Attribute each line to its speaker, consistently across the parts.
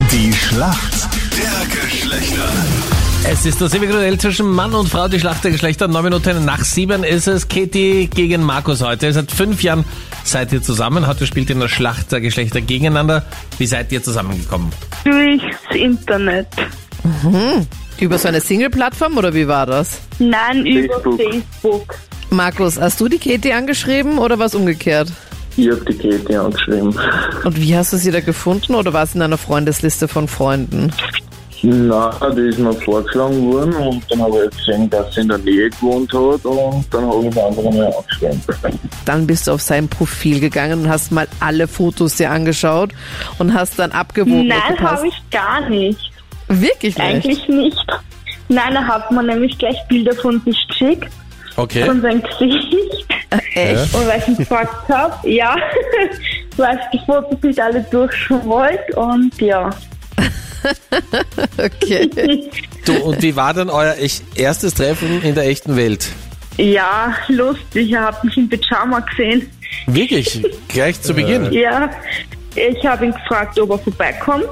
Speaker 1: Die Schlacht der Geschlechter.
Speaker 2: Es ist das ewige Duell zwischen Mann und Frau, die Schlacht der Geschlechter. Neun Minuten nach sieben ist es Katie gegen Markus heute. Seit fünf Jahren seid ihr zusammen. Heute spielt ihr in der Schlacht der Geschlechter gegeneinander. Wie seid ihr zusammengekommen?
Speaker 3: Durchs Internet.
Speaker 4: Über so eine Single-Plattform oder wie war das?
Speaker 3: Nein,
Speaker 5: Facebook.
Speaker 3: über Facebook.
Speaker 4: Markus, hast du die Katie angeschrieben oder was umgekehrt?
Speaker 5: Ich hab die Käthe angeschrieben.
Speaker 4: Und wie hast du sie da gefunden oder war es in einer Freundesliste von Freunden?
Speaker 5: Na, die ist mir vorgeschlagen worden und dann habe ich halt gesehen, dass sie in der Nähe gewohnt hat und dann habe ich das andere mal angeschrieben.
Speaker 4: Dann bist du auf sein Profil gegangen und hast mal alle Fotos dir angeschaut und hast dann abgewogen.
Speaker 3: Nein, habe
Speaker 4: habe
Speaker 3: ich gar nicht.
Speaker 4: Wirklich nicht?
Speaker 3: Eigentlich nicht. Nein, da hat man nämlich gleich Bilder von sich geschickt,
Speaker 2: Okay.
Speaker 3: von seinem Gesicht.
Speaker 4: Echt?
Speaker 3: Und weil ich ihn gefragt habe, ja, weil ich die Fotos nicht alle durchschauen wollte und ja.
Speaker 4: Okay.
Speaker 2: Du, und wie war denn euer echt erstes Treffen in der echten Welt?
Speaker 3: Ja, lustig, er hat mich im Pyjama gesehen.
Speaker 2: Wirklich? Gleich zu Beginn?
Speaker 3: Ja, ich habe ihn gefragt, ob er vorbeikommt.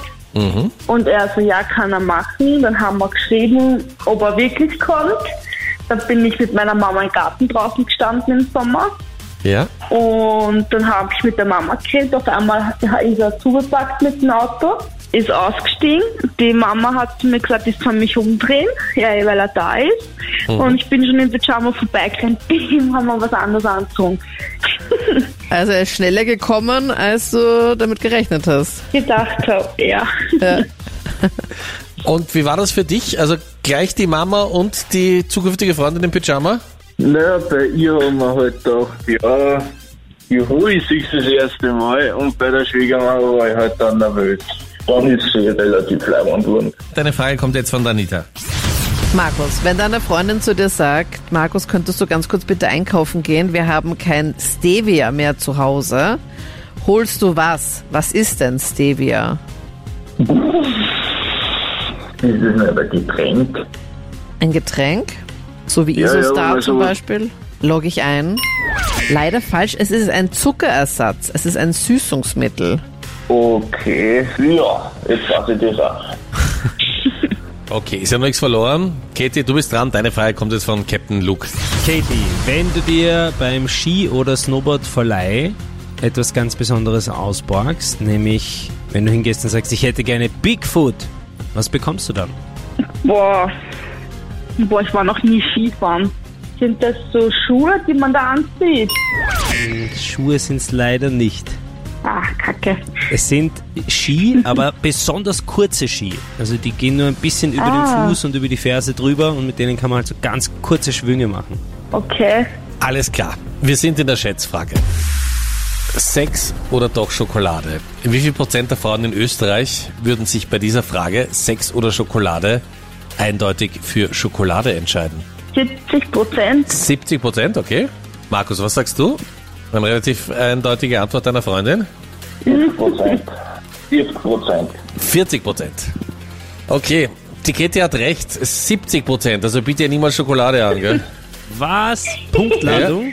Speaker 3: Und er so, ja, kann er machen. Dann haben wir geschrieben, ob er wirklich kommt. Dann bin ich mit meiner Mama im Garten draußen gestanden im Sommer.
Speaker 2: Äh, Ja.
Speaker 3: Und dann habe ich mit der Mama geredet. Auf einmal ist er zugepackt mit dem Auto, ist ausgestiegen. Die Mama hat zu mir gesagt, ich soll mich umdrehen, ja, weil er da ist. Und ich bin schon im Pyjama vorbeigerannt. Ihm haben wir was anderes angezogen.
Speaker 4: Also er ist schneller gekommen, als du damit gerechnet hast.
Speaker 3: Gedacht habe, ja.
Speaker 4: Ja.
Speaker 2: Und wie war das für dich? Also gleich die Mama und die zukünftige Freundin im Pyjama?
Speaker 5: Naja, bei ihr haben wir halt gedacht, ja, juhu, ich sehe das erste Mal und bei der Schwiegermama war ich halt dann nervös. Dann ist sie relativ leibend worden.
Speaker 2: Deine Frage kommt jetzt von Danita.
Speaker 4: Markus, wenn deine Freundin zu dir sagt, Markus, könntest du ganz kurz bitte einkaufen gehen? Wir haben kein Stevia mehr zu Hause. Holst du was? Was ist denn Stevia?
Speaker 5: Ist das nicht ein Getränk?
Speaker 4: Ein Getränk? So wie
Speaker 5: Ja,
Speaker 4: Isostar
Speaker 5: ja,
Speaker 4: zum
Speaker 5: also-
Speaker 4: Beispiel? Log ich ein. Leider falsch, es ist ein Zuckerersatz. Es ist ein Süßungsmittel.
Speaker 5: Okay, ja, jetzt weiß ich das auch.
Speaker 2: Okay, ist ja noch nichts verloren. Katie, du bist dran. Deine Frage kommt jetzt von Captain Luke.
Speaker 6: Katie, wenn du dir beim Ski- oder Snowboardverleih etwas ganz Besonderes ausborgst, nämlich wenn du hingehst und sagst, ich hätte gerne Bigfoot, was bekommst du dann?
Speaker 3: Boah. Boah, ich war noch nie Skifahren. Sind das so Schuhe, die man da anzieht?
Speaker 6: Schuhe sind es leider nicht.
Speaker 3: Ach, Ah, Kacke.
Speaker 6: Es sind Ski, aber besonders kurze Ski. Also die gehen nur ein bisschen über
Speaker 3: Ah.
Speaker 6: den Fuß und über die Ferse drüber und mit denen kann man halt so ganz kurze Schwünge machen.
Speaker 3: Okay.
Speaker 2: Alles klar. Wir sind in der Schätzfrage. Sex oder doch Schokolade? Wie viel Prozent der Frauen in Österreich würden sich bei dieser Frage Sex oder Schokolade eindeutig für Schokolade entscheiden?
Speaker 3: 70 Prozent.
Speaker 2: 70 Prozent, okay. Markus, was sagst du? Eine relativ eindeutige Antwort deiner Freundin.
Speaker 5: 40%. 40%.
Speaker 2: 40 Prozent. Okay, die Kette hat recht. 70 Prozent. Also bitte niemals Schokolade an, gell?
Speaker 6: Was? Punktlandung?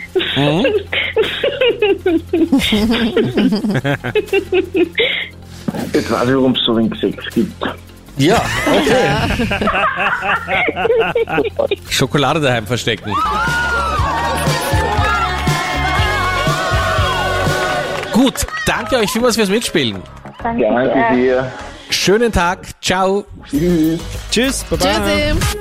Speaker 5: Jetzt weiß ich, warum es so wenig Sex gibt.
Speaker 2: Ja, okay. Schokolade daheim verstecken. Gut, danke euch vielmals fürs Mitspielen.
Speaker 3: Danke.
Speaker 5: Danke dir.
Speaker 2: Schönen Tag, ciao.
Speaker 6: Tschüss, baba.
Speaker 4: Tschüssi!